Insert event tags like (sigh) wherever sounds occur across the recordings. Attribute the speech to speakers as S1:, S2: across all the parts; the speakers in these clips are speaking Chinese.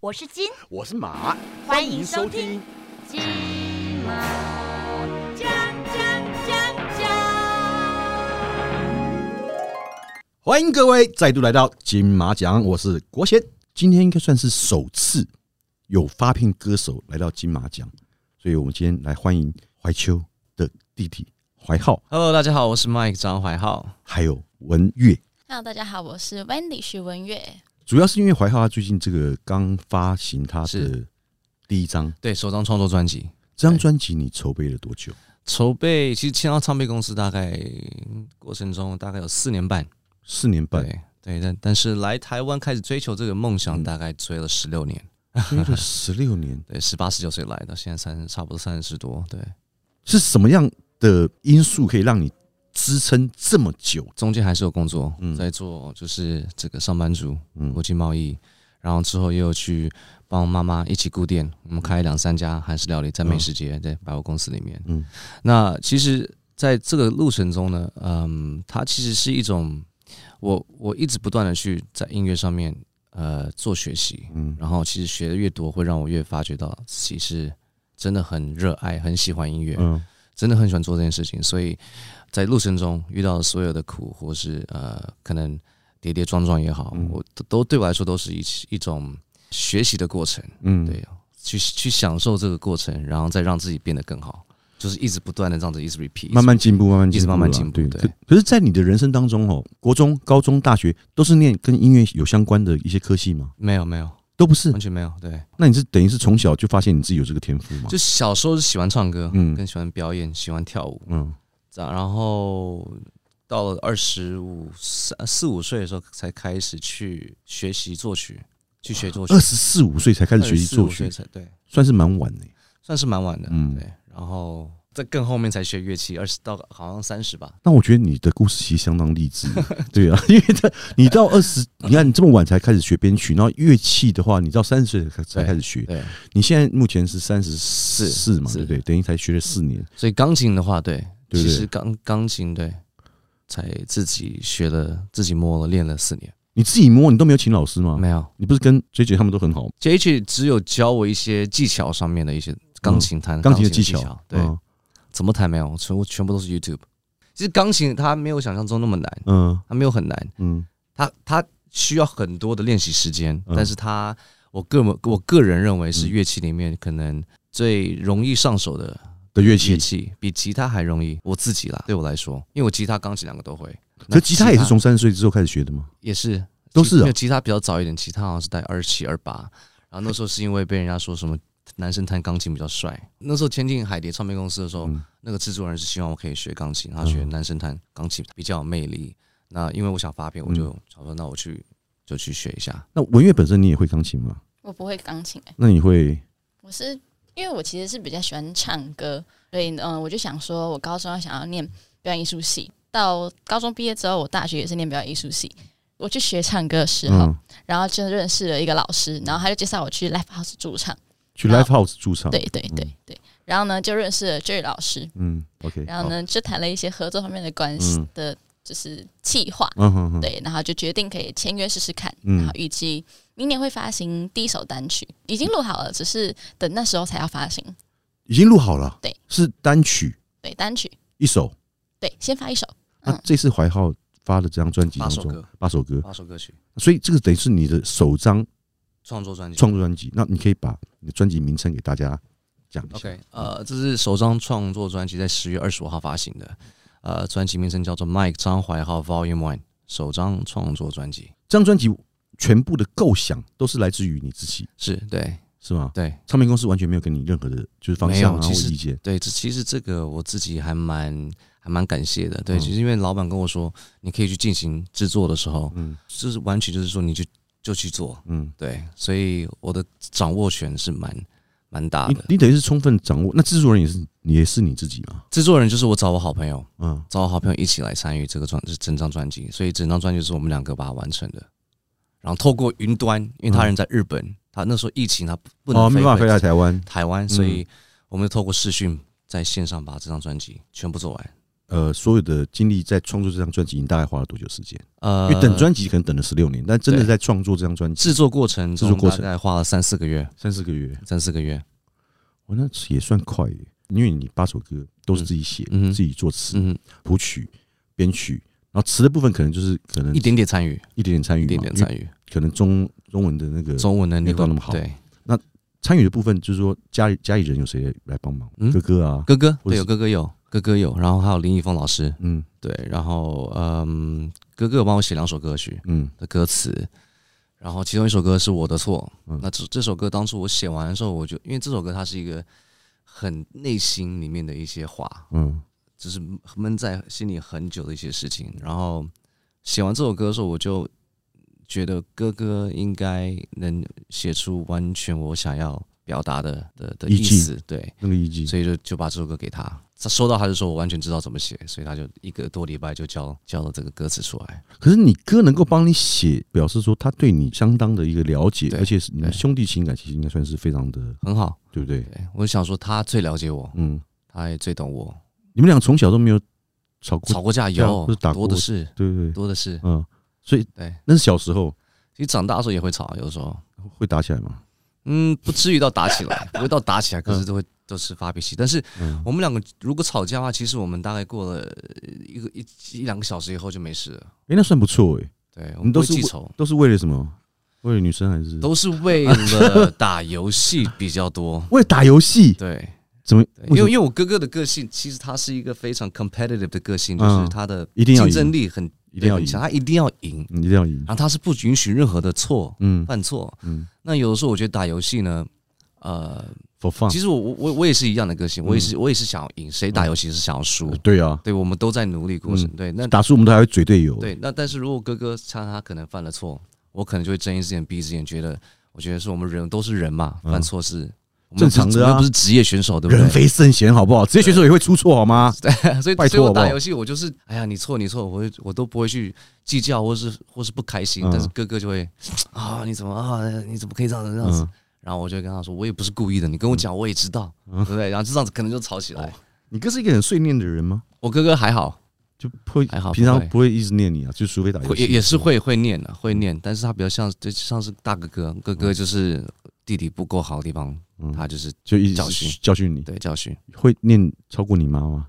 S1: 我是金，
S2: 我是马，
S1: 欢迎收听。金毛讲讲讲讲。
S2: 欢迎各位再度来到金马奖，我是国贤。今天应该算是首次有发片歌手来到金马奖，所以我们今天来欢迎怀秋的弟弟怀浩，
S3: Hello，大家好，我是 Mike 张怀浩。
S2: 还有文月。
S4: Hello，大家好，我是 Wendy 许文月。
S2: 主要是因为怀浩他最近这个刚发行他的
S3: 是
S2: 第一张，
S3: 对，首张创作专辑，
S2: 这张专辑你筹备了多久？
S3: 筹备其实签到唱片公司大概过程中大概有四年半，
S2: 四年半，
S3: 对对，但但是来台湾开始追求这个梦
S2: 嗯
S3: 想，大概追了十六年，
S2: 追了十六年，
S3: 对，十八十九岁来到现在三差不多三十多，对，
S2: 是什么样的因素可以让你支撑这么久？
S3: 中间还是有工作，
S2: 嗯
S3: 在做就是这个上班族
S2: 嗯
S3: 国际贸易，然后之后也有去帮妈妈一起顾店，我们开两三家韩式料理在美食街，在百货公司里面，
S2: 嗯
S3: 那其实在这个路程中呢，嗯，它其实是一种我我一直不断的去在音乐上面呃做学习，
S2: 嗯
S3: 然后其实学的越多，会让我越发觉到自己是真的很热爱、很喜欢音乐，
S2: 嗯
S3: 真的很喜欢做这件事情。所以在路程中遇到的所有的苦，或是呃可能跌跌撞撞也好，
S2: 嗯
S3: 我都都对我来说都是一一种学习的过程。
S2: 嗯，
S3: 对，去去享受这个过程，然后再让自己变得更好，就是一直不断的这样子，一直 repeat，
S2: 慢慢进步，慢慢进步啦，
S3: 一直慢慢进步
S2: 对，
S3: 对
S2: 可可是，在你的人生当中，哦，国中、高中、大学都是念跟音乐有相关的一些科系吗？
S3: 没有没有，
S2: 都不是
S3: 完。全没有。对，
S2: 那你是等于是从小就发现你自己有这个天赋吗？
S3: 就小时候是喜欢唱歌，
S2: 嗯
S3: 更喜欢表演，喜欢跳舞，
S2: 嗯，
S3: 这样。然后到了二十五三四五岁的时候，才开始去学习作曲，去学作曲
S2: 二，十四五岁才开始学习
S3: 24
S2: 作
S3: 25岁
S2: 曲，
S3: 才对，
S2: 算是蛮晚的。
S3: 算是蛮晚的。
S2: 嗯
S3: 对，然后在更后面才学乐器，二十到好像三十吧，
S2: 那我觉得你的故事其实相当励志， (laughs) 对啊，因为他你到二十，你看你这么晚才开始学编曲，然后乐器的话，你到三十岁才才开始学。
S3: 对。
S2: 你现在目前是三十四嘛，
S3: 是
S2: 对不对？等于才学了四年。
S3: 所以钢琴的话，对，
S2: 对不对
S3: 其实钢钢琴对，才自己学了，自己摸了，练了四年。
S2: 你自己摸，你都没有请老师吗？
S3: 没有
S2: 你不是跟 J J 他们都很好吗？
S3: ，J H 只有教我一些技巧上面的一些钢琴弹
S2: 嗯钢琴的
S3: 的
S2: 技巧
S3: 巧，对，
S2: 嗯
S3: 怎么弹没有，全部全部都是 YouTube。其实钢琴它没有想象中那么难，
S2: 嗯
S3: 它没有很难，
S2: 嗯
S3: 它它需要很多的练习时间，
S2: 嗯
S3: 但是它我个人我个人认为是乐器里面可能最容易上手的
S2: 的乐
S3: 乐
S2: 器，
S3: 器，比吉他还容易。我自己啦，对我来说，因为我吉他、钢琴两个都会。
S2: 可吉他也是从三十岁之后开始学的吗？
S3: 也是
S2: 都是啊
S3: 没有吉他比较早一点，吉他好像是在二七二八，然后那时候是因为被人家说什么男生弹钢琴比较帅。那时候签进海蝶唱片公司的时候，
S2: 嗯
S3: 那个制作人是希望我可以学钢琴，他觉得
S2: 嗯
S3: 男生弹钢琴比较有魅力。那因为我想发片，我就
S2: 嗯
S3: 想说，那我去就去学一下。
S2: 那文乐本身你也会钢琴吗？
S4: 我不会钢琴、欸，
S2: 那你会
S4: 我是因为我其实是比较喜欢唱歌，所以嗯、呃我就想说，我高中要想要念表演艺术系，到高中毕业之后，我大学也是念表演艺术系。我去学唱歌的时候，
S2: 嗯
S4: 然后就认识了一个老师，然后他就介绍我去 live house 驻唱，
S2: 去
S4: 然
S2: live
S4: 后
S2: house 驻唱？
S4: 对，对对对，然后呢就认识了 Jerry 老师，
S2: 嗯，OK。
S4: 然后呢就谈了一些合作方面的关系
S2: 嗯
S4: 的，就是企划，
S2: 好？嗯哼哼，
S4: 对，然后就决定可以签约试试看，
S2: 嗯
S4: 然后预计明年会发行第一首单曲，已经录好了，只是等那时候才要发行。
S2: 已经录好了，
S4: 对，
S2: 是单曲
S4: 对，单曲，
S2: 一首。
S4: 对，先发一首，
S2: 那
S4: 嗯
S2: 这次怀浩发的这张专辑当
S3: 八首
S2: 中
S3: 歌
S2: 八首歌，
S3: 八首歌曲
S2: 所以这个等于是你的首张
S3: 创作专辑。
S2: 创作专辑。那你可以把你的专辑名称给大家讲一下。
S3: OK，呃，这是首张创作专辑，在十月二十五号发行的。呃，专辑名称叫做《Mike 张怀浩 Volume One》，首张创作专辑
S2: 这张专辑全部的构想都是来自于你自己，
S3: 是对
S2: 是吗？
S3: 对。
S2: 唱片公司完全没有给你任何的，就是方
S3: 没
S2: 向
S3: 有
S2: 啊
S3: 其
S2: 或
S3: 实
S2: 意见。
S3: 对，这其实这个我自己还蛮还蛮感谢的。对，
S2: 嗯
S3: 其实因为老板跟我说，你可以去进行制作的时候，
S2: 嗯
S3: 就是完全就是说你就就去做。
S2: 嗯，
S3: 对，所以我的掌握权是蛮蛮大
S2: 你
S3: 的。
S2: 你等于是充分掌握。那制作人也是你也是你自己嘛？
S3: 制作人就是我找我好朋友，
S2: 嗯，
S3: 找我好朋友一起来参与这个专这整张专辑，所以整张专辑是我们两个把它完成的。然后透过云端，因为他人在日本，他那时候疫情他不不
S2: 嗯哦，
S3: 能
S2: 没
S3: 飞
S2: 办法
S3: 回
S2: 飞来台湾。嗯
S3: 台湾，所以我们就透过视讯在线上把这张专辑全部做完。
S2: 呃所有的精力在创作这张专辑，你大概花了多久时间？因
S3: 呃，
S2: 为等专辑可能等了十六年，但真的
S3: 对
S2: 在创作这张专辑
S3: 制作过程
S2: 制
S3: 中
S2: 作过
S3: 大
S2: 程
S3: 概花了三四个月，
S2: 三四个月，
S3: 三四个月。
S2: 我那也算快耶，因为你八首歌都是自己写、
S3: 嗯嗯哼
S2: 自己作词、
S3: 嗯，
S2: 谱曲、编曲，然后词的部分可能就是可能
S3: 一点点参与，
S2: 一点点参与
S3: 一
S2: 嘛，
S3: 点点
S2: 因为
S3: 参与，
S2: 可能中中文的那个
S3: 中文能
S2: 嗯
S3: 力
S2: 没有到那么好
S3: 对，
S2: 参与的部分，就是说家里家里人有谁来帮忙？
S3: 嗯
S2: 哥哥啊，
S3: 哥哥
S2: 或者
S3: 对，
S2: 是
S3: 有哥哥有哥哥有，然后还有林一峰老师
S2: 嗯
S3: 对，然后嗯，哥哥有帮我写两首歌曲
S2: 嗯
S3: 的歌词。然后其中一首歌是我的错，
S2: 嗯
S3: 那这这首歌当初我写完的时候，我就因为这首歌它是一个很内心里面的一些话，
S2: 嗯
S3: 就是闷在心里很久的一些事情。然后写完这首歌的时候，我就觉得哥哥应该能写出完全我想要表达的的的
S2: 意
S3: 意
S2: 境
S3: 思，对，
S2: 那个意境，
S3: 所以就就把这首歌给他。他收到他就说我完全知道怎么写，所以他就一个多礼拜就教教了这个歌词出来。
S2: 可是你哥能够帮你写，表示说他对你相当的一个了解，
S3: 对
S2: 而且是你们
S3: 对
S2: 兄弟情感其实应该算是非常的，
S3: 很好，
S2: 对不对？
S3: 对我想说他最了解我，
S2: 嗯，
S3: 他也最懂我。
S2: 你们俩从小都没有吵过，
S3: 吵过架
S2: 对啊
S3: 有
S2: 或者打过
S3: 多的是，
S2: 对对对，
S3: 多的是。
S2: 嗯，所以
S3: 对，
S2: 那是小时候
S3: 其实长大的时候也会吵，有的时候
S2: 会打起来嘛，
S3: 嗯，不至于到打起来，不会到打起来，可是都会都是发脾气。但是
S2: 嗯
S3: 我们两个如果吵架的话，其实我们大概过了呃一个一一两个小时以后就没事了。
S2: 哎，那算不错哎，
S3: 对，
S2: 你
S3: 我们
S2: 都
S3: 都
S2: 是
S3: 记仇，
S2: 都是为了什么？为了女生还是
S3: 都是为了打游戏比较多。
S2: 为了打游戏？
S3: 对，
S2: 怎么
S3: 对？
S2: 为
S3: 因
S2: 什
S3: 为
S2: 么
S3: 因为我哥哥的个性，其实他是一个非常 competitive 的个性，就
S2: 嗯
S3: 是他的
S2: 一定要
S3: 竞
S2: 赢
S3: 争力很
S2: 一定要
S3: 很
S2: 赢，
S3: 强，他一定要赢，
S2: 嗯一定要赢，
S3: 然后他是不允许任何的错
S2: 嗯
S3: 犯错。
S2: 嗯
S3: 那有的时候我觉得打游戏呢，呃，
S2: ，for fun，
S3: 其实我我我我也是一样的个性，我也是
S2: 嗯
S3: 我也是想要赢，谁打游戏是想要输
S2: 呃，对啊，
S3: 对，我们都在努力过程，
S2: 嗯
S3: 对，那
S2: 打输我们都还会嘴队友，
S3: 对那但是如果哥哥像他可能犯了错，我可能就会睁一只眼闭一只眼，觉得我觉得是我们人都是人嘛，
S2: 嗯
S3: 犯错是我们
S2: 正常的啊
S3: 我们又不是职业选手，对不
S2: 人
S3: 对？
S2: 非圣贤，好不好？职业选手也会出错，好吗？
S3: (laughs) 所以
S2: 拜托
S3: 所以
S2: 好
S3: 我
S2: 不好
S3: 打游戏，我就是哎呀，你错你错，我会我都不会去计较，或是 (laughs) 或是不开心，
S2: 嗯
S3: 但是哥哥就会啊，你怎么啊，你怎么可以这样子这样子？
S2: 嗯，
S3: 然后我就会跟他说，我也不是故意的，你跟我讲，我也知道，
S2: 嗯哎
S3: 对不对？然后就这样子可能就吵起来。
S2: 你哥是一个很碎念的人吗？
S3: 我哥哥还好，
S2: 就不会
S3: 还好
S2: 平常
S3: 不会
S2: 不会一直念你啊，就除非打游
S3: 会也
S2: 戏嗯
S3: 也是会会念的，会念，但是他比较像就像是大哥哥，哥哥就是弟弟不够好的地方，
S2: 嗯
S3: 他就是
S2: 就一直
S3: 教训
S2: 教训你，
S3: 对教训。
S2: 会念超过你妈吗？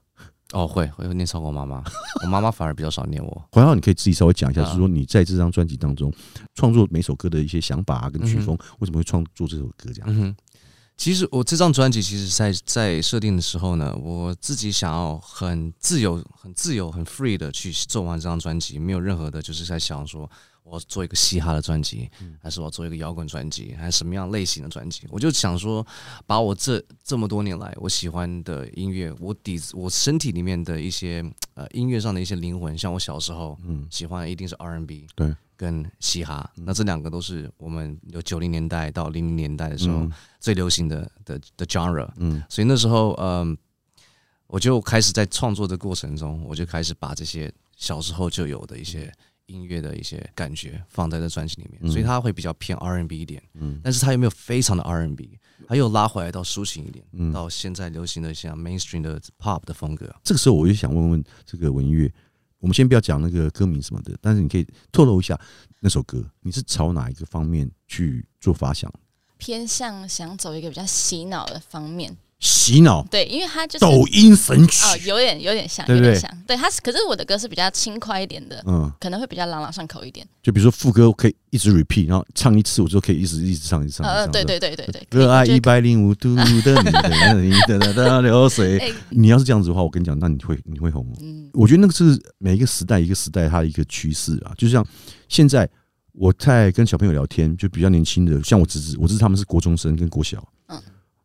S3: 哦，会会会念超过妈妈，我妈妈反而比较少念我。
S2: 怀浩，你可以自己稍微讲一下，
S3: 啊
S2: 就是说你在这张专辑当中创作每首歌的一些想法啊，跟曲风，为什么会创作这首歌这样？
S3: 嗯哼，其实我这张专辑，其实在在设定的时候呢，我自己想要很自由、很自由、很 free 的去做完这张专辑，没有任何的，就是在想说。我要做一个嘻哈的专辑，
S2: 嗯
S3: 还是我要做一个摇滚专辑，还是什么样类型的专辑？我就想说，把我这这么多年来我喜欢的音乐，我底子我身体里面的一些呃音乐上的一些灵魂，像我小时候
S2: 嗯
S3: 喜欢的一定是 R&B，
S2: 对，嗯
S3: 跟嘻哈，那这两个都是我们有九零年代到零零年代的时候
S2: 嗯
S3: 最流行的的的 genre，
S2: 嗯
S3: 所以那时候嗯，我就开始在创作的过程中，我就开始把这些小时候就有的一些音乐的一些感觉放在这专辑里面，
S2: 嗯
S3: 所以它会比较偏 R&B 一点，
S2: 嗯
S3: 但是它又没有非常的 R&B，它又拉回来到抒情一点，
S2: 嗯。
S3: 到现在流行的像 mainstream 的 pop 的风格。
S2: 这个时候我就想问问这个文月，我们先不要讲那个歌名什么的，但是你可以透露一下那首歌，你是朝哪一个方面去做发想？
S4: 偏向想走一个比较洗脑的方面，
S2: 洗脑
S4: 对，因为他就是
S2: 抖音神曲，
S4: 哦，有点有点像，
S2: 对
S4: 有
S2: 不对
S4: 点像，对，他是，可是我的歌是比较轻快一点的，
S2: 嗯，
S4: 可能会比较朗朗上口一点，
S2: 就比如说副歌我可以一直 repeat，然后唱一次我就可以一直一直唱一直唱。一直
S4: 呃，
S2: 唱
S4: 对。对对对对，
S2: 热爱
S4: 就
S2: 一百零五度的你的你的的的流水。
S4: 哎，
S2: 你要是这样子的话，我跟你讲，那你会你会红哦。
S4: 嗯，
S2: 我觉得那个是每一个时代一个时代它的一个趋势啊，就像现在我在跟小朋友聊天，就比较年轻的，像我侄子，我侄子他们是国中生跟国小，
S4: 嗯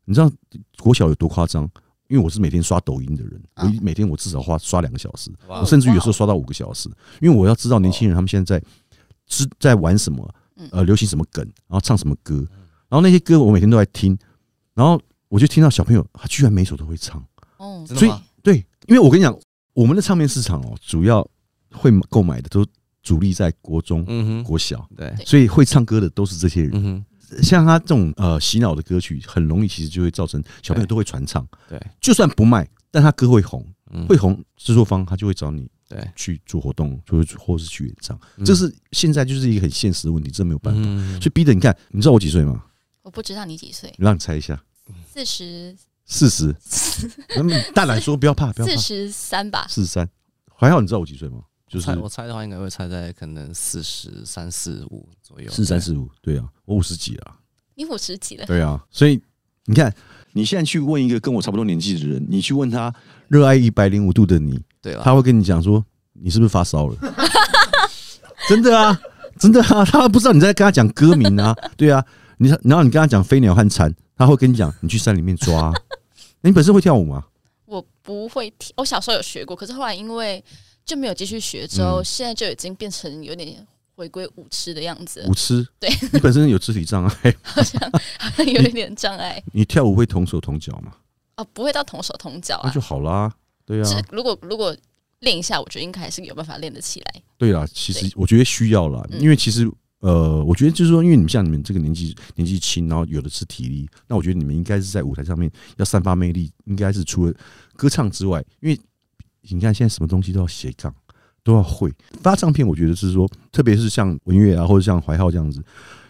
S2: 你知道国小有多夸张？因为我是每天刷抖音的人，我
S4: 嗯
S2: 每天我至少花刷两个小时，
S3: 哇
S2: 我甚至于有时候刷到五个小时，因为我要知道年轻人他们现在在知在玩什么
S4: 嗯，
S2: 呃，流行什么梗，然后唱什么歌，然后那些歌我每天都在听，然后我就听到小朋友他居然每首都会唱，
S4: 哦，
S3: 真的
S2: 所以
S3: 吗
S2: 对，因为我跟你讲，我们的唱片市场哦，主要会购买的都主力在国中、
S3: 嗯哼，
S2: 国小，
S3: 对，
S2: 所以会唱歌的都是这些人。
S3: 嗯哼，
S2: 像他这种呃洗脑的歌曲，很容易其实就会造成小朋友都会传唱，
S3: 对，
S2: 就算不卖，但他歌会红，
S3: 嗯
S2: 会红，制作方他就会找你
S3: 对，
S2: 去做活动，或者或是去演唱，这是现在就是一个很现实的问题，这没有办法。
S3: 嗯
S2: 所以逼的，你看，你知道我几岁吗？
S4: 我不知道你几岁，
S2: 你让你猜一下，
S4: 四十
S2: 四
S4: (laughs)
S2: 十。那么大胆说，不要怕，不要怕
S4: 四，十啊三吧，
S2: 四十三。还好你知道我几岁吗？就是
S3: 猜我猜的话，应该会猜在可能四十三、四五左右，
S2: 四三四五，对啊，我五十几了啊， (laughs)
S4: 你五十几了，
S2: 对啊，所以你看，你现在去问一个跟我差不多年纪的人，你去问他啊热爱一百零五度的你，
S3: 对了，
S2: 他会跟你讲说你是不是发烧
S4: (laughs)
S2: 了？真的啊，真的啊，他不知道你在跟他讲歌名啊， (laughs) 对啊，你然后你跟他讲飞鸟和蝉，他会跟你讲你去山里面
S4: (laughs)
S2: 抓啊、你本身会跳舞吗？
S4: 我不会听，我小时候有学过，可是后来因为就没有继续学，之
S2: 嗯
S4: 后、现在就已经变成有点回归舞痴的样子了 (laughs)
S2: 舞，痴，
S4: 对
S2: 你本身有肢体障碍， (laughs)
S4: 有一点障碍
S2: 你跳舞会同手同脚嘛，
S4: 哦，不会到同手同脚
S2: 那
S4: 啊
S2: 就。好啦。对啊，
S4: 是如果如果练一下，我觉得应该还是有办法练得起来。
S2: 对啦，其实
S4: 对
S2: 我觉得需要啦，
S4: 嗯
S2: 因为其实呃，我觉得就是说，因为你们像你们这个年纪年纪轻，然后有的是体力，那我觉得你们应该是在舞台上面要散发魅力，应该是除了歌唱之外，因为你看现在什么东西都要斜杠，都要会发唱片。我觉得是说，特别是像文乐啊，或者像怀浩这样子，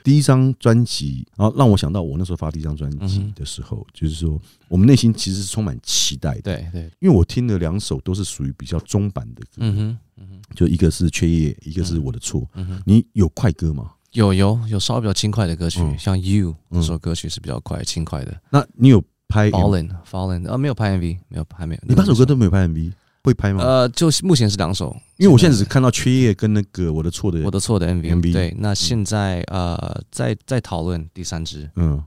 S2: 第一张专辑，然后让我想到我那时候发第一张专辑
S3: 嗯哼
S2: 的时候，就是说我们内心其实是充满期待的，
S3: 对对，
S2: 因为我听了两首都是属于比较中版的歌。
S3: 嗯哼，嗯哼，
S2: 就一个是缺页，一个是我的错。
S3: 嗯哼，
S2: 你有快歌吗？
S3: 有有有稍微比较轻快的歌曲，
S2: 嗯
S3: 像 You
S2: 嗯
S3: 这首歌曲是比较快轻快的
S2: 那你有拍 MV？
S3: ，Fallen Fallen 啊，没有拍 MV，没有拍没有，
S2: 你八首歌都没有拍 MV，会拍吗？
S3: 呃，就是目前是两首，
S2: 因为我现在只看到缺页跟那个我的错的
S3: 我，的错的 MV，,
S2: MV
S3: 对，那现在呃在在讨论第三支，
S2: 嗯，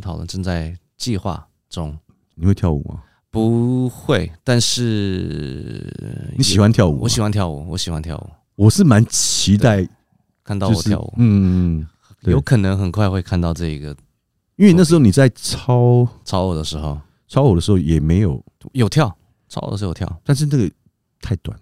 S3: 讨论正在计划中，
S2: 你会跳舞吗？
S3: 不会，但是
S2: 你喜欢跳舞？
S3: 我喜，欢跳舞，我喜欢跳舞，
S2: 我是蛮期待，
S3: 看到
S2: 就
S3: 我
S2: 是
S3: 跳舞，
S2: 嗯，嗯嗯对
S3: 有可能很快会看到这个
S2: 因为那时候你在超
S3: 超偶的时候
S2: 超偶的时候也没有，
S3: 有跳，超偶的时候有跳，
S2: 但是那个太短，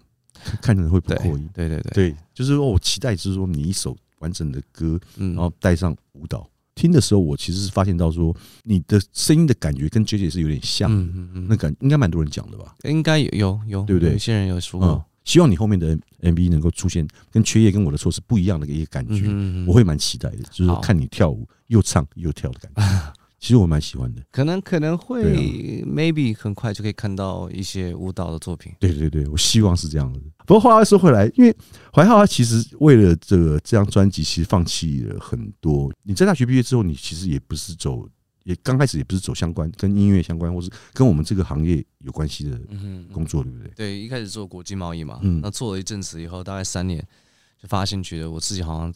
S2: 看着会不
S3: 对
S2: 过瘾。
S3: 对对对，
S2: 对，就是说我期待，就是说你一首完整的歌，
S3: 嗯，
S2: 然后带上舞蹈。听的时候，我其实是发现到说，你的声音的感觉跟 J J 是有点像的，
S3: 嗯嗯嗯，
S2: 那感应该蛮多人讲的吧？
S3: 应该有有有，
S2: 对不对
S3: 有一些人有说
S2: 嗯
S3: 过，，
S2: 希望你后面的 MV 能够出现跟缺页跟我的错是不一样的一个感
S3: 嗯
S2: 觉，
S3: 嗯嗯
S2: 我会蛮期待的，就是说
S3: 好
S2: 看你跳舞又唱又跳的感觉，
S3: (laughs)
S2: 其实我蛮喜欢的。
S3: 可能可能会、
S2: 对啊
S3: maybe 很快就可以看到一些舞蹈的作品。
S2: 对对对，我希望是这样的。不过话又说回来，因为怀浩他其实为了这个这张专辑，其实放弃了很多。你在大学毕业之后，你其实也不是走，也刚开始也不是走相关跟音乐相关，或是跟我们这个行业有关系的
S3: 嗯
S2: 工作，对不对？
S3: 对，一开始做国际贸易嘛，
S2: 嗯
S3: 那做了一阵子以后，大概三年，就发现觉得我自己好像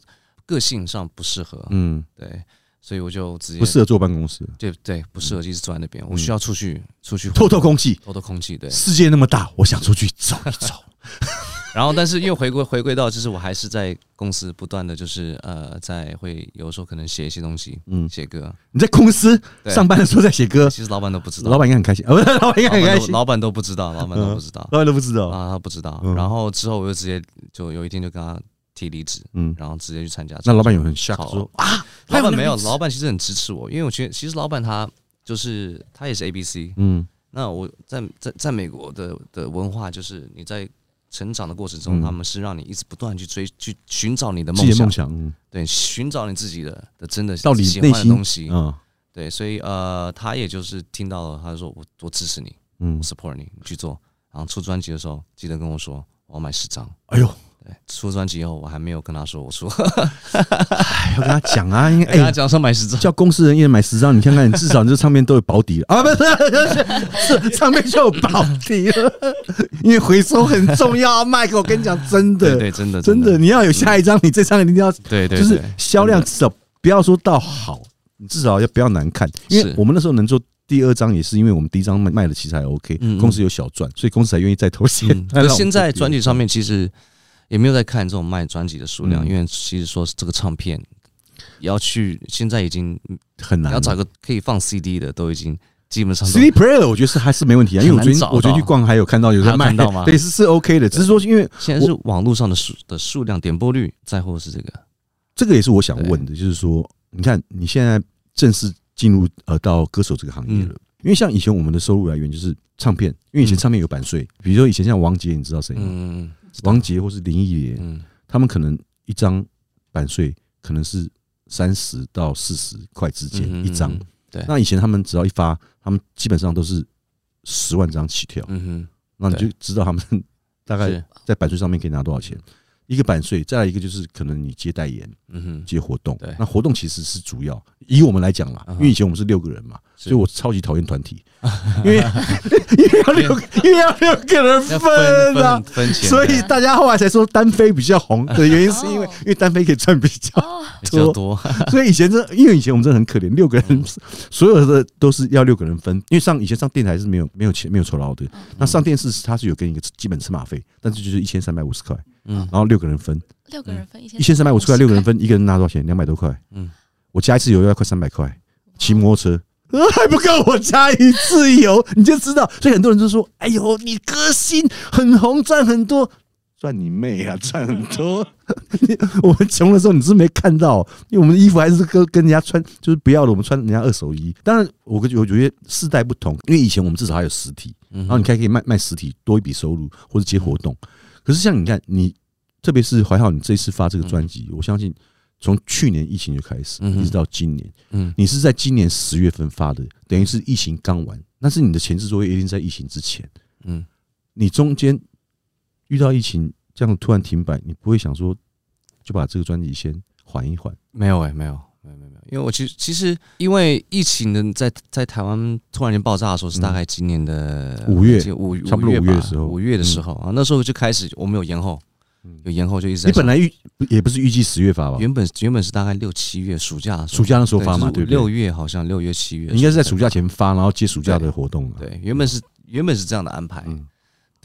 S3: 个性上不适合，
S2: 嗯，
S3: 对，所以我就直接
S2: 不适合坐办公室，
S3: 对对不适合一直坐在那边，我需要出去出去
S2: 透透空气。
S3: 透透空气，对。
S2: 世界那么大，我想出去走一走。
S3: 然后，但是又回归 (laughs) 回归到，就是我还是在公司不断的就是呃，在会有时候可能写一些东西，
S2: 嗯，
S3: 写歌，
S2: 你在公司
S3: 对
S2: 上班的时候在写歌，
S3: (laughs) 其实老板都不知道，
S2: 老板应该很开心，啊，不是 (laughs) 老板应该
S3: 老板
S2: 很开
S3: 都
S2: 心，
S3: 老板都不知道，老板都不知道。
S2: 老板都不知道。
S3: 啊，他不知道。
S2: 嗯
S3: 然后之后我就直接就有一天就跟他提离职，
S2: 嗯，
S3: 然后直接去参加。
S2: 那老板有很 shock
S3: 好
S2: 说啊，
S3: 老板没有，
S2: 还
S3: 老板其实很支持我，因为我觉得其实老板他就是他也是 A B C。
S2: 嗯
S3: 那我在在在美国的的文化就是你在成长的过程中，
S2: 嗯
S3: 他们是让你一直不断去追去寻找你的
S2: 自己
S3: 梦
S2: 的
S3: 想，
S2: 梦想，嗯
S3: 对，寻找你自己的的真的
S2: 到底
S3: 喜
S2: 内
S3: 欢的
S2: 心
S3: 东西。
S2: 嗯
S3: 对，所以呃，他也就是听到了，他就说我我支持你，
S2: 嗯
S3: 我，support 你，你去做。然后出专辑的时候，记得跟我说我要买十张。
S2: 哎呦，
S3: 出专辑以后，我还没有跟他说，我
S2: (laughs)
S3: 说
S2: 还要跟他讲啊，因为
S3: 跟他
S2: 哎，
S3: 讲说买十张，
S2: 叫公司人一人买十张，你看看，至少你这唱片都有保底了啊，不 (laughs) 是，是唱片就有保底了， (laughs) 因为回收很重要。啊麦克，我跟你讲，真
S3: 对
S2: 的，
S3: 对，真的
S2: 哎真的，
S3: 的，
S2: 你要有下一张，你这张一定要
S3: 对对，
S2: 就是
S3: 对
S2: 销量
S3: 真的
S2: 至少不要说到好，你至少要不要难看，因为
S3: 是
S2: 我们那时候能做。第二张也是因为我们第一张卖卖的其实还 OK，
S3: 嗯嗯
S2: 公司有小赚，所以公司才愿意 (laughs) 再投钱。
S3: 嗯，
S2: 那让
S3: 可是
S2: 我
S3: 现
S2: 们
S3: 在
S2: 做
S3: 专辑上面其实也没有在看这种卖专辑的数量，
S2: 嗯
S3: 因为其实说是这个唱片要去，现在已经
S2: 很难啊
S3: 要找个可以放 CD 的都已经基本上都
S2: CD player，我觉得是还是没问题啊，因为我
S3: 很
S2: 昨
S3: 难
S2: 天
S3: 找到
S2: 我昨天去逛还有看到有人
S3: 还有
S2: 卖
S3: 看到吗
S2: 对，是是 OK 的，只是说因为
S3: 现在是网络上的数的数量点播率在乎的是这个，
S2: 这个也是我
S3: 嗯
S2: 想问的，就是说，你看你现在正式进入呃到歌手这个行业了，因为像以前我们的收入来源就是唱片，因为以前唱片有版税，比如说以前像王杰，你知道谁吗？
S3: 嗯嗯
S2: 王杰或是林忆莲，
S3: 嗯，
S2: 他们可能一张版税可能是三十到四十块之间
S3: 嗯
S2: 一张
S3: 嗯。对
S2: 那以前他们只要一发，他们基本上都是十万张起跳，
S3: 嗯
S2: 那你
S3: 对
S2: 就知道他们 (laughs) 大
S3: 哼，
S2: 概
S3: 是，
S2: 在版税上面可以拿多少钱。一个版税，再来一个就是可能你接代言、
S3: 嗯哼，
S2: 接活动
S3: 对，
S2: 那活动其实是主要。以我们来讲啦，
S3: 嗯
S2: 因
S3: 哼
S2: 为以前我们是六个人嘛，
S3: 是
S2: 所以我超级讨厌团体，因
S3: (laughs)
S2: 为因为要六个因为要六个人
S3: 要
S2: 分啊
S3: 分，分钱，
S2: 所以大家后来才说单飞比较
S3: (laughs)
S2: 红的原因，是因为
S4: 哦
S2: 因为单飞可以赚比较，
S4: 哦，
S3: 比较多，
S2: (laughs) 所以以前真的因为以前我们真的很可怜，六个人
S3: 嗯
S2: 所有的都是要六个人分，因为上以前上电台是没有没有钱没有酬劳的，那上电视是它是有给你一个基本吃马费，但是就是一千三百五十块，
S3: 嗯
S2: 然后六个人分，
S4: 六个人分一千，
S2: 嗯一千三百五十块六个人分，一个人拿多少钱？两百多块，
S3: 嗯，
S2: 我加一次油要快三百块，骑摩托车。 (laughs) 呃还不够我加一次油，你就知道。所以很多人就说：“哎呦，你歌星很红，赚很多，赚你妹啊，赚很多。你” (laughs) 我们穷的时候，你是没看到，因为我们的衣服还是跟跟人家穿，就是不要了，我们穿人家二手衣。当然，我跟我觉得世代不同，因为以前我们至少还有实体，
S3: 然
S2: 然后你还可以卖卖实体多一笔收入，或者接活动。可是像你看，你特别是怀浩，你这一次发这个专辑，我相信从去年疫情就开始，
S3: 嗯嗯哼
S2: 一直到今年，
S3: 嗯
S2: 你是在今年十月份发的，等于是疫情刚完，但是你的前置作业一定在疫情之前。
S3: 嗯，
S2: 你中间遇到疫情这样突然停摆，你不会想说就把这个专辑先缓一缓？
S3: 没有哎、没有没有没有没有，因为我其实其实因为疫情的在在台湾突然间爆炸的时候是大概今年的
S2: 嗯五月
S3: 就五
S2: 差不多
S3: 五月吧
S2: 五月的时候嗯
S3: 五月的时候啊，那时候就开始我们有延后，有延后就一直在
S2: 你本
S3: 想。
S2: 来预也不是预计十月发吧？
S3: 原本原本是大概六七月暑假的时候
S2: 暑假那时候发嘛，对
S3: 对就是
S2: 不
S3: 六
S2: 对？
S3: 月好像六月七月的时候，
S2: 你应该是在暑假前发，然后接暑假的活动了。
S3: 对，原本是原本是这样的安排，
S2: 嗯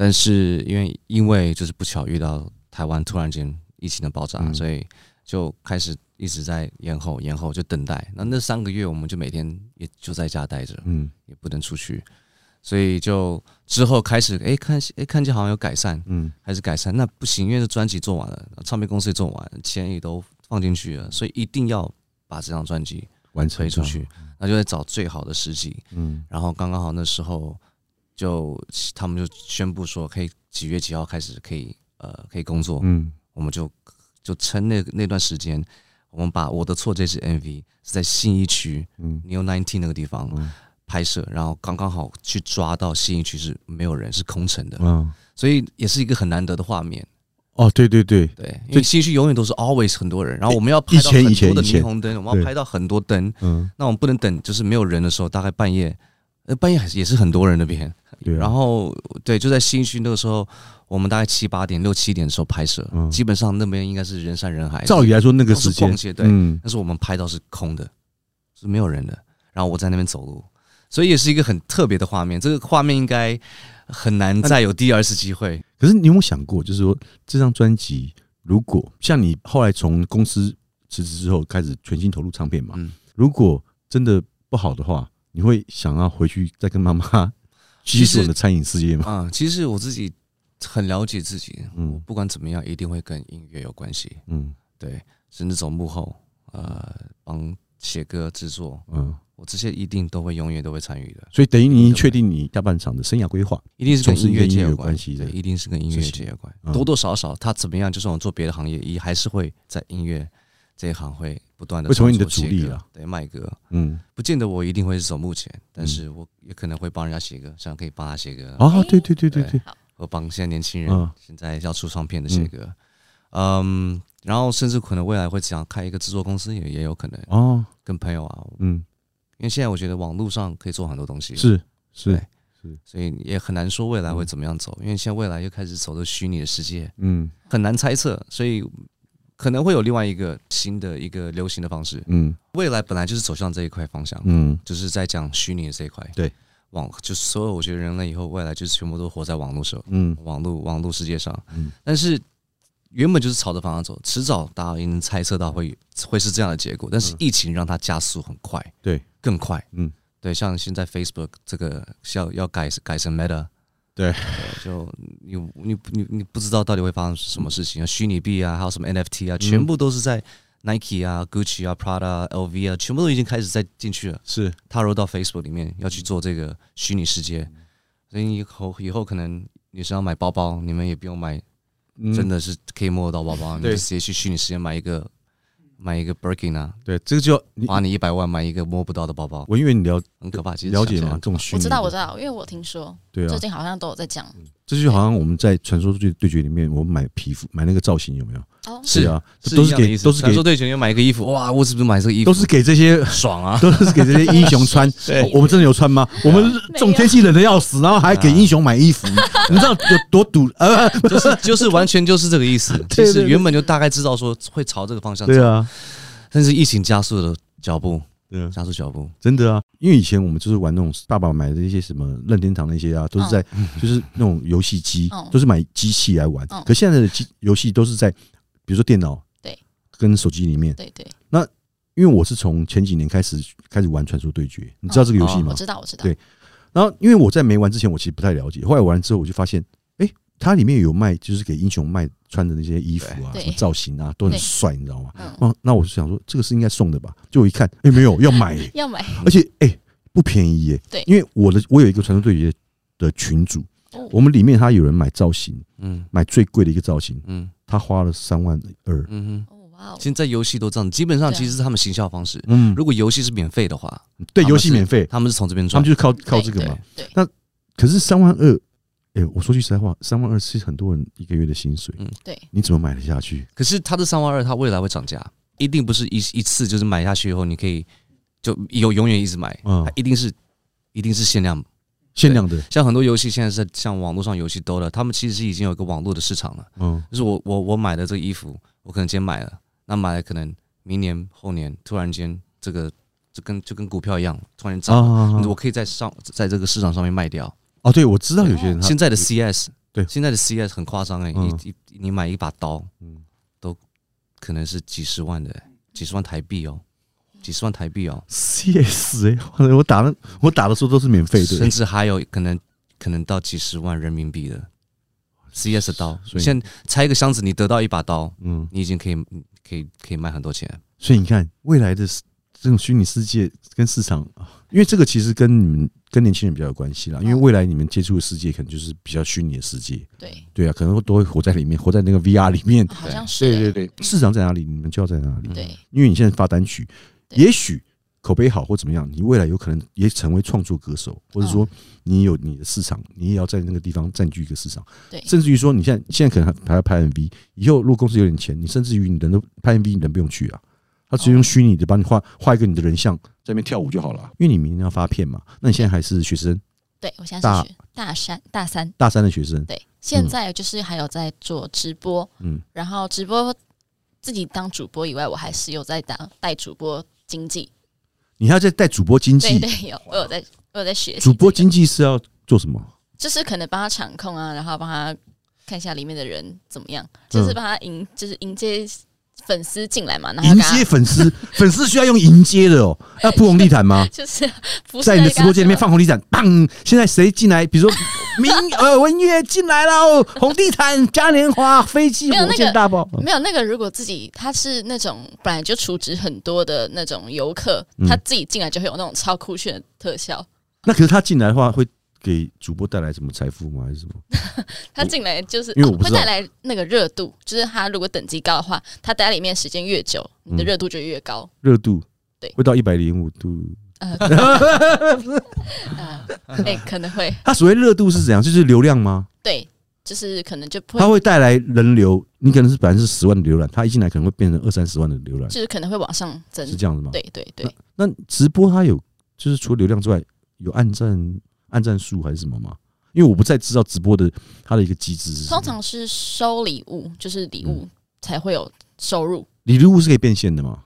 S3: 但是因为因为就是不巧遇到台湾突然间疫情的爆炸，
S2: 嗯
S3: 所以就开始一直在延后延后，就等待。那那三个月我们就每天也就在家待着，
S2: 嗯
S3: 也不能出去，所以就之后开始哎看哎看见好像有改善，
S2: 嗯
S3: 还是改善。那不行，因为这专辑做完了，唱片公司也做完了，钱也都放进去了，所以一定要把这张专辑
S2: 完成
S3: 推出去。那就在找最好的时机。
S2: 嗯
S3: 然后刚刚好那时候就他们就宣布说可以几月几号开始可以呃可以工作，
S2: 嗯，
S3: 我们就就趁那那段时间，我们把我的错这支 MV 是在信义区
S2: 嗯
S3: New Nineteen 那个地方
S2: 嗯
S3: 拍摄，然后刚刚好去抓到信义区是没有人是空城的，
S2: 嗯，
S3: 所以也是一个很难得的画面。
S2: 哦，对对对，
S3: 对，因为信义区永远都是 always 很多人，然后我们要
S2: 以
S3: 拍到
S2: 前
S3: 很
S2: 以前
S3: 多的
S2: 以前
S3: 霓虹灯，我们
S2: 对
S3: 要拍到很多灯，
S2: 嗯，
S3: 那我们不能等，就是没有人的时候，大概半夜，呃，半夜还是也是很多人那边。
S2: 对啊
S3: 然后对，就在新区那个时候，我们大概七八点、六七点的时候拍摄，
S2: 嗯
S3: 基本上那边应该是人山人海。
S2: 照理来说那个时
S3: 都是
S2: 间
S3: 逛街，对
S2: 嗯，
S3: 但是我们拍到是空的，是没有人的。然后我在那边走路，所以也是一个很特别的画面。这个画面应该很难再有第二次机会。
S2: 可是你有没有想过，就是说这张专辑，如果像你后来从公司辞职之后开始全心投入唱片嘛，
S3: 嗯
S2: 如果真的不好的话，你会想要回去再跟妈
S3: (laughs)
S2: 妈继
S3: 其实
S2: 续我的餐饮事业吗？
S3: 啊、其实我自己很了解自己，
S2: 嗯
S3: 不管怎么样，一定会跟音乐有关系。
S2: 嗯
S3: 对，甚至走幕后，呃，帮写歌制作，
S2: 嗯，
S3: 我这些一定都会永远都会参与的，
S2: 所以等于你已经确定你下半场的生涯规划，
S3: 一定是
S2: 总
S3: 跟
S2: 是
S3: 音乐
S2: 跟音
S3: 界
S2: 乐有
S3: 关
S2: 关系的
S3: 对一定是跟音乐界有关，
S2: 嗯
S3: 多多少少他怎么样，就算我做别的行业，也还是会在音乐这一行会不断的
S2: 会成为你的主力啊
S3: 了
S2: 啦，
S3: 对，卖歌，
S2: 嗯，
S3: 不见得我一定会是走幕前，但
S2: 嗯
S3: 是我也可能会帮人家写歌，像可以帮他写歌，
S4: 哎
S2: 哦，对对对对对，
S3: 我帮现在年轻
S2: 嗯
S3: 人现在要出唱片的写歌，嗯，然后甚至可能未来会想开一个制作公司也也有可能，
S2: 哦，
S3: 跟朋友啊，
S2: 嗯，
S3: 因为现在我觉得网络上可以做很多东西，，
S2: 是嗯是
S3: 对，所以也很难说未来会怎么样走，因为现在未来又开始走的虚拟的世界，
S2: 嗯
S3: 很难猜测，所以可能会有另外一个新的一个流行的方式。
S2: 嗯
S3: 未来本来就是走向这一块方向，
S2: 嗯，
S3: 就是在讲虚拟的这一块。
S2: 对，
S3: 网就是所有我觉得人类以后未来就是全部都活在网络上，
S2: 嗯
S3: 网络网络世界上。
S2: 嗯
S3: 但是原本就是朝着方向走，迟早大家已经猜测到会会是这样的结果。但是疫情让它加速很快，
S2: 嗯对，
S3: 更快，
S2: 嗯
S3: 嗯，对，像现在 Facebook 这个要要改改成 Meta，
S2: 对
S3: 就你
S2: 嗯
S3: 你你你不知道到底会发生什么事情啊，虚拟币啊，还有什么 NFT 啊，全部都是在 Nike 啊、Gucci 啊、Prada 啊、LV 啊，全部都已经开始在进去了，
S2: 是
S3: 踏入到 Facebook 里面要去做这
S2: 嗯
S3: 个虚拟世界。所以以后以后可能女生要买包包，你们也不用买，真
S2: 的
S3: 的是可以摸得到包包，你
S2: 嗯对
S3: 就直接去虚拟世界买一个买一个 Birkin 啊，
S2: 对，这个就你
S3: 花你一百万买一个摸不到的包包，
S2: 文员你了
S3: 很可怕。其实
S2: 了解啊吗？这
S3: 想起来
S2: 种虚
S4: 我
S2: 拟
S4: 知道，
S2: 的
S4: 我知道，因为我听说
S2: 对啊嗯
S4: 最，近好像都有在讲
S2: 这就好像我们在《传说对对决》里面，我们买皮肤买那个造型有没有？
S4: 哦，
S3: 是
S2: 对啊，这
S3: 是
S2: 都
S3: 一
S2: 是
S3: 样的
S2: 给
S3: 意思
S2: 都是
S3: 传说
S2: 给
S3: 对决要买一个衣服，哇，我是不是买这个衣服
S2: 都是给这些 (laughs)
S3: 爽啊？
S2: 都是给这些英雄穿。哦
S4: 对
S2: 我们真的有穿吗？我们这种天气冷的要死，然后还给英雄买衣服， (laughs) 你知道有多堵？呃，
S3: (laughs) 就是就是完全就是这个意思。
S2: (laughs) 对
S3: 其
S2: 对
S3: 实
S2: 对
S3: 原本就大概知道说会朝这个方向
S2: 对
S3: 走，
S2: 啊，
S3: 但是疫情加速了脚步，
S2: 对啊，
S3: 加速脚步。
S2: 真的啊，因为以前我们就是玩那种爸爸买的一些什么任天堂那些啊，都是在
S3: 嗯
S2: 就是那种游戏机
S4: 嗯，
S2: 都是买机器来玩
S4: 嗯。
S2: 可现在的机游戏都是在比如说电脑
S4: 对
S2: 跟手机里面，
S4: 对对，
S2: 因为我是从前几年开始开始玩《传说对决》，你知道这个游戏
S3: 哦
S2: 吗
S4: 我？知道我知
S2: 嗯
S4: 道
S2: 对，然后因为我在没玩之前，我其实不太了解，后来玩了之后，我就发现，哎、它里面有卖就是给英雄卖穿的那些衣服啊，
S4: 对
S2: 什么造型啊，都很帅，你知道吗？
S4: 嗯，
S2: 哦，那我就想说，这个是应该送的吧？就我一看，哎、没有，要买、欸
S4: 要买
S2: 而且哎、不便宜耶、
S4: 对
S2: 因为我的我有一个传说对决的群主
S4: 哦，
S2: 我们里面他有人买造型，
S3: 嗯
S2: 买最贵的一个造型，
S3: 嗯
S2: 他花了三万二，
S3: 嗯
S4: 哦，哇哦
S3: 哼，，现在游戏都这样，基本上
S4: 对啊
S3: 其实是他们行销方式。
S2: 嗯，
S3: 如果游戏是免费的话，
S2: 对，
S3: 他们
S2: 游戏
S3: 是
S2: 免费，
S3: 他们是从这边
S2: 他
S3: 赚
S2: 们就是靠靠这个嘛。
S4: 对，对
S2: 可是三万二，哎，我说句实在话，三万二是很多人一个月的薪水，
S4: 对
S2: 你怎么买得下去？
S3: 可是它的三万二，它未来会涨价，一定不是一一次就是买下去以后你可以就有永远一直买，
S2: 嗯
S3: 它一定是一定是限量。
S2: 限量的，
S3: 像很多游戏现在是像网络上游戏都了，他们其实已经有一个网络的市场了。
S2: 嗯，
S3: 就是我我我买的这个衣服，我可能今天买了，那买了可能明年后年突然间这个就跟就跟股票一样，突然
S2: 啊
S3: 涨，
S2: 啊啊
S3: 我可以在上在这个市场上面卖掉。
S2: 哦，对，我知道有些人他
S3: 现在的 CS
S2: 对
S3: 现在的 CS 很夸张哎，
S2: 嗯
S3: 一一你买一把刀
S2: 嗯
S3: 可能是几十万的、几十万台币哦，几十万台币哦，
S2: CS 哎，我打的我打的时候都是免费的
S3: 甚，至还有可能可能到几十万人民币的 CS 的刀，
S2: 所以
S3: 现在拆一个箱子你得到一把刀，
S2: 嗯，
S3: 你已经可以可以可以卖很多钱了。
S2: 所以你看未来的这种虚拟世界跟市场，啊因为这个其实跟你们跟年轻人比较有关系啦，因为未来你们接触的世界可能就是比较虚拟的世界，
S4: 对，
S2: 对啊，可能都会活在里面，活在那个 VR 里面，
S4: 好像是
S2: 对 (laughs)
S4: 欸
S2: 对嗯对，市场在哪里，你们就要在哪里。
S4: 对
S2: 因为你现在发单曲，
S4: 对
S2: 也许口碑好或怎么样，你未来有可能也成为创作歌手，或者说你有你的市场，你也要在那个地方占据一个市场。
S4: 对
S2: 甚至于说你现在现在可能还还要拍 MV，以后如果公司有点钱，你甚至于你人都拍 MV，你人不用去啊。他直接用虚拟的帮你画画一个你的人像，在那边跳舞就好了。因为你明年要发片嘛，那你现在还是学生，
S4: 对，我现在
S2: 大
S4: 是学大三大三，
S2: 大三的学生，
S4: 对，现在就是还有在做直播，
S2: 嗯，
S4: 然后直播自己当主播以外，我还是有在当带主播经济，
S2: 你还要再带主播经
S4: 对
S2: 济，
S4: 对，有我有在我有在学习
S2: 主播
S4: 这个
S2: 经济是要做什么？
S4: 就是可能帮他场控啊，然后帮他看一下里面的人怎么样，
S2: 嗯
S4: 就是帮他迎，就是迎接粉丝进来嘛，然后
S2: 迎
S4: 给
S2: (laughs)
S4: 他
S2: 接粉丝，粉丝需要用迎接的哦，要铺红地毯吗？
S4: 就是不是
S2: 在你的
S4: 跟他
S2: 直播间里面
S4: 说
S2: 放红地毯，砰！现在谁进来？比如说明呃文月进来了， (laughs) 红地毯、嘉年华、飞机、
S4: 没有那
S2: 火
S4: 个
S2: 箭大爆，
S4: 没有那个，如果自己他是那种本来就储值很多的那种游客，
S2: 嗯
S4: 他自己进来就会有那种超酷炫的特效。
S2: 那可是他进来的话，会给主播带来什么财富吗？还是什么？
S4: 他进来就是
S2: 因为我不
S4: 会
S2: 知道
S4: 带来那个热度，就是他如果等级高的话，他待在里面时间越久，你的热度就越
S2: (laughs)
S4: 高。
S2: 热度
S4: 对
S2: 会到一百零五度。
S4: 啊，哎、可能会
S2: 它所谓热度是怎样？就是流量吗？
S4: 对，就是可能就不会
S2: 它，会带来人流，你可能是百分之十万的浏览，它一进来可能会变成二三十万的浏览，
S4: 就是可能会往上增
S2: 是。这样子吗？
S4: 对对对，
S2: 那直播它有就是除了流量之外，有按赞按赞数还是什么吗？因为我不太知道直播的它的一个机制是什么
S4: 通常是收礼物，就是礼物
S2: 嗯
S4: 才会有收入，
S2: 礼物是可以变现的嘛？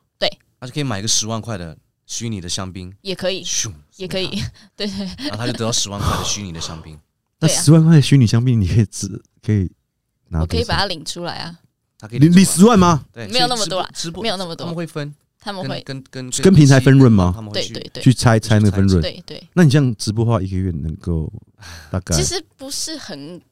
S3: 他就可以买一个十万块的虚拟的香槟，
S4: 也可
S2: 啊
S4: 以，
S3: 咻，
S4: 也可以，对对
S3: 然后他就得到十万块的虚拟的香槟，
S2: 那
S4: 对啊
S2: 十万块的虚拟香槟，你可以只可以拿多少？
S4: 我可以把它领出来啊，
S3: 他可以
S2: 你你十万吗？
S3: 对，
S4: 没有那么多啦啊
S3: 直播
S4: 没有那么
S3: 他们
S4: 多，
S3: 会分，
S4: 他们
S3: 跟
S4: 会，
S3: 跟跟
S2: 跟平台分润吗
S3: 他们会
S4: 对
S3: 去
S4: 对对
S2: 去猜猜那个分润？
S4: 对对，
S2: 那你这样直播的话，一个月能够大概
S4: 其实不是很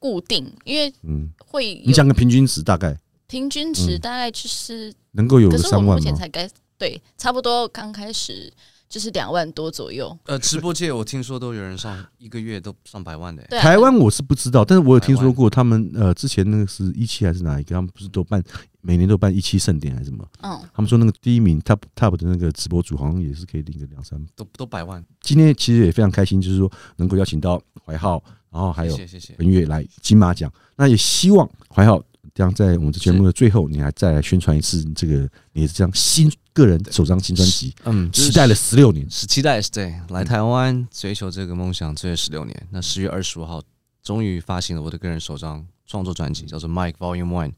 S4: 固定，因为
S2: 嗯，
S4: 会
S2: 你
S4: 有
S2: 讲个平均值大概
S4: 平均值
S2: 嗯
S4: 大概就是，
S2: 能够有
S4: 可
S2: 个
S4: 是我
S2: 三
S4: 目
S2: 万
S4: 前
S2: 吗？
S4: 才该对，啊差不多刚开始就是两万多左右。
S3: 呃，直播界我听说都有人上一个月都上百万的、欸，
S4: 对啊、
S2: 台湾我是不知道，但是我有听
S3: 台
S2: 说
S3: 湾
S2: 过他们呃，之前那个是一期还是哪一个，他们不是都办每年都办一期盛典还是什么？
S4: 嗯，
S2: 他们说那个第一名 top top 的那个直播主好像也是可以领个两三。
S3: 都都百万。
S2: 今天其实也非常开心，就是说能够邀请到怀浩，然后还有
S3: 谢谢谢谢。
S2: 本月来金马奖，那也希望怀浩这样在我们这节目的最后，你还再来宣传一次你这个你这张新个人首张新专辑，
S3: 嗯，
S2: 期待了
S3: 十
S2: 十六年。
S3: 十期待对来台湾追求这个梦想，追了十六年。那十月二十五号，终于发行了我的个人首张创作专辑，
S2: 嗯
S3: 叫做《Mike Volume One》，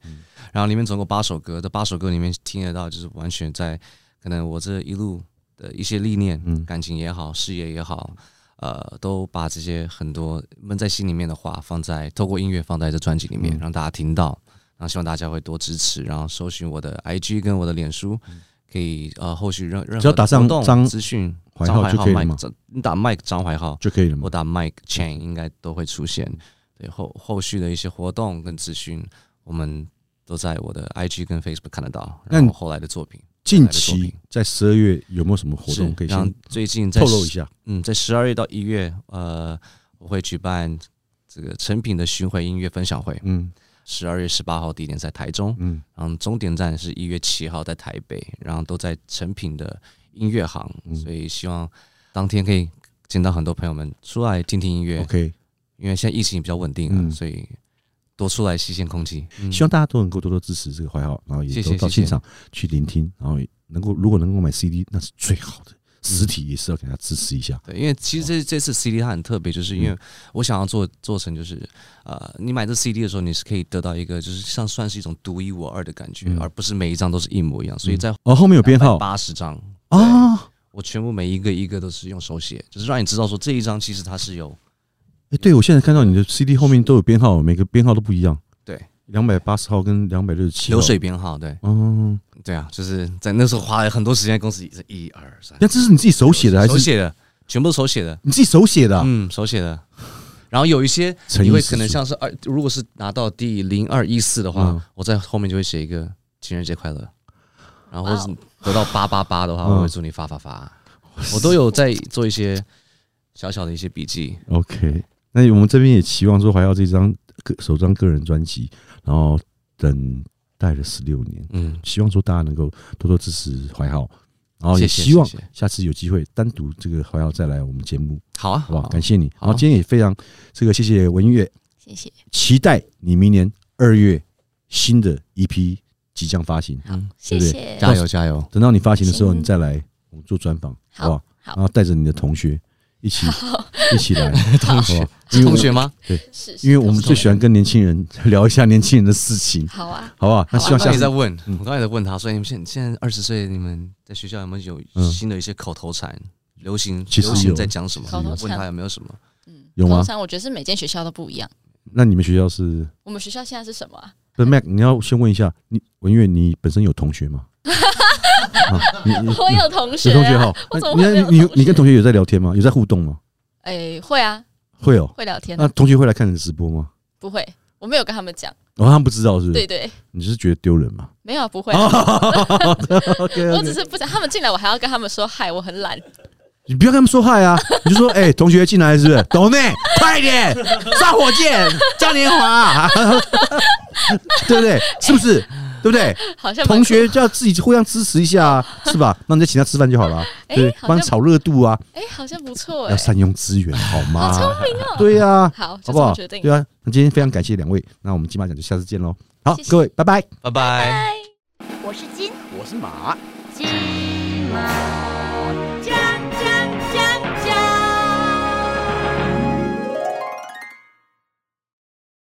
S3: 然后里面总共八首歌，这八首歌里面听得到，就是完全在可能我这一路的一些历练，
S2: 嗯
S3: 感情也好，事业也好。呃，都把这些很多闷在心里面的话，放在透过音乐放在这专辑里面，
S2: 嗯
S3: 让大家听到。然后希望大家会多支持，然后搜寻我的 IG 跟我的脸书，可以呃后续任任何
S2: 嗯只要打上
S3: 活动
S2: 张
S3: 资讯
S2: 怀
S3: 张
S2: 浩
S3: 怀
S2: 就
S3: 浩
S2: 可以了
S3: Mike，
S2: 吗嗯
S3: 张你打 Mike 张怀浩，
S2: 就可以了
S3: 我
S2: 嘛？
S3: 打 Mike Chain 应该都会出现。对后后续的一些活动跟资讯，我们都在我的 IG 跟 Facebook 看得到。
S2: 那
S3: 然
S2: 你
S3: 后后来的作品，
S2: 近
S3: 来的作
S2: 期
S3: 品
S2: 在十二月有没有什么活动
S3: 是
S2: 可以
S3: 然后
S2: 先
S3: 最近在
S2: 透露一下？
S3: 嗯，在十二月到一月，呃，我会举办这个成品的巡回音乐分享会。
S2: 嗯
S3: 十二月十八号地点在台中，
S2: 嗯，
S3: 然后终点站是一月七号在台北，然后都在成品的音乐行，
S2: 嗯
S3: 所以希望当天可以见到很多朋友们出来听听音乐
S2: OK，
S3: 因为现在疫情比较稳定了，
S2: 嗯
S3: 所以多出来吸吸空气。嗯
S2: 希望大家都能够多多支持这个怀浩，然后也
S3: 谢谢
S2: 都到
S3: 谢谢
S2: 现场去聆听，然后也能够如果能够买 CD 那是最好
S3: 嗯
S2: 的，实体也是要给他支持一下。
S3: 对，因为其实
S2: 哦
S3: 这这次 CD 它很特别，就是因
S2: 嗯
S3: 为我想要做做成就是，呃，你买这 CD 的时候，你是可以得到一个就是像算是一种独一无二的感觉，
S2: 嗯
S3: 而不是每一张都是一模一样。所以在
S2: 哦，后面有编号
S3: 八十张，
S2: 啊？
S3: 我全部每一个一个都是用手写，就是让你知道说这一张其实它是有
S2: 哎，对我现在看到你的 CD 后面都有编号，每个编号都不一样。
S3: 对，
S2: 两百八十号跟两百六十七。
S3: 流水编号，对
S2: 嗯，
S3: 对啊，就是在那时候花了很多时间在公司，一二三，
S2: 那这是你自己手写的还
S3: 手
S2: 是
S3: 写的，全部都手写的，
S2: 你自己手写的啊？
S3: 嗯，手写的。然后有一些
S2: 诚意
S3: 你会
S2: 十
S3: 可能
S2: 足
S3: 像是二，如果是拿到第零二一四的话，
S2: 嗯
S3: 我在后面就会写一个情人节快乐，然后或
S4: 哇哦
S3: 者是得到八八八的话，
S2: 嗯
S3: 我会祝你发发发。我都有在做一些小小的一些笔记，
S2: OK，那我们这边也期望说怀要这张个首张个人专辑，然后等待了十六年，
S3: 嗯，
S2: 希望说大家能够多多支持怀浩，然哦后也
S3: 谢谢
S2: 希望
S3: 谢谢
S2: 下次有机会单独这个怀浩再来我们节目，
S3: 好啊，
S2: 好不好？
S3: 啊
S2: 感谢你，
S3: 好
S2: 然后今天也非常这个谢谢文月，
S4: 谢谢，
S2: 期待你明年二月新的 EP 即将发行，
S3: 嗯，
S4: 谢
S2: 对
S4: 谢，
S3: 加油加油，
S2: 等到你发行的时候，
S4: 行
S2: 你再来我们做专访，好不好？
S4: 好好
S2: 然后带着你的同学一
S4: (laughs)
S2: 起一起来，
S3: 同
S2: 好不
S3: 学
S2: 好
S3: 是同学吗？
S4: 是是
S2: 因为我们最喜欢跟年轻人聊一下年轻人的事情，
S4: 好啊，
S2: 好不好？那
S4: 好啊
S2: 希望
S3: 我
S2: 下
S3: 刚才在
S2: 次
S3: 问，
S2: 嗯
S3: 我刚才在问他说，你们现现在二十岁，你们在学校有没有有
S2: 嗯
S3: 新的一些口头禅？流行
S2: 其实
S3: 流行
S2: 有
S3: 在讲什么？
S4: 口头
S3: 问
S4: 禅
S3: 他有没有什么？
S4: 嗯，
S2: 有吗
S4: 通常我觉得是每间学校都不一样。
S2: 那你们学校是？
S4: 我们学校现在是什么啊？
S2: 不是 Mac，你要先问一下，你文月你本身有同学
S4: (laughs)
S2: 吗？啊，你你
S4: 我有同学、
S2: 有
S4: 啊，
S2: 同学哈？
S4: (laughs) 我怎么
S2: 那
S4: 会没有
S2: 你你
S4: 同学
S2: 你跟同学有在聊天吗？有在互动吗？
S4: 哎、会啊，
S2: 会哦。
S4: 会聊天、
S2: 那
S4: 啊，
S2: 同学会来看你的直播吗？
S4: 不会，我没有跟他们讲，
S2: 哦，他们不知道是不
S4: 对
S2: 是？
S4: 对，
S2: 你是觉得丢人吗？
S4: 没有啊不
S2: (laughs)
S4: 会啊、
S2: 哦 OK
S4: 我只
S2: OK，
S4: 是不想他们进来，我还要跟他们说嗨，我很懒，
S2: 你不要跟他们说嗨啊！ (laughs) 你就说哎，同学进来是不 (laughs) 是？懂内，快点，上火箭，嘉年华， (laughs) 对不对？是不是？对不对？
S4: 好像蛮
S2: 同学就要自己互相支持一下、啊，是吧？
S4: (laughs)
S2: 那你再请他吃饭就好了啊，
S4: 哎
S2: 对，
S4: 好像
S2: 帮炒热度啊，
S4: 哎、好像不错哎、
S2: 要善用资
S4: (laughs)
S2: 源，好吗？
S4: 好聪明哦
S2: 对呀、啊，
S4: 好，
S2: 好
S4: 就这
S2: 不
S4: 么
S2: 好？
S4: 决定
S2: 对。啊，那今天非常感谢两位，那我们金马奖就下次见喽。好，
S4: 谢谢
S2: 各位，拜拜。
S3: 拜拜。
S1: 我是金，
S5: 我是马，
S1: 金毛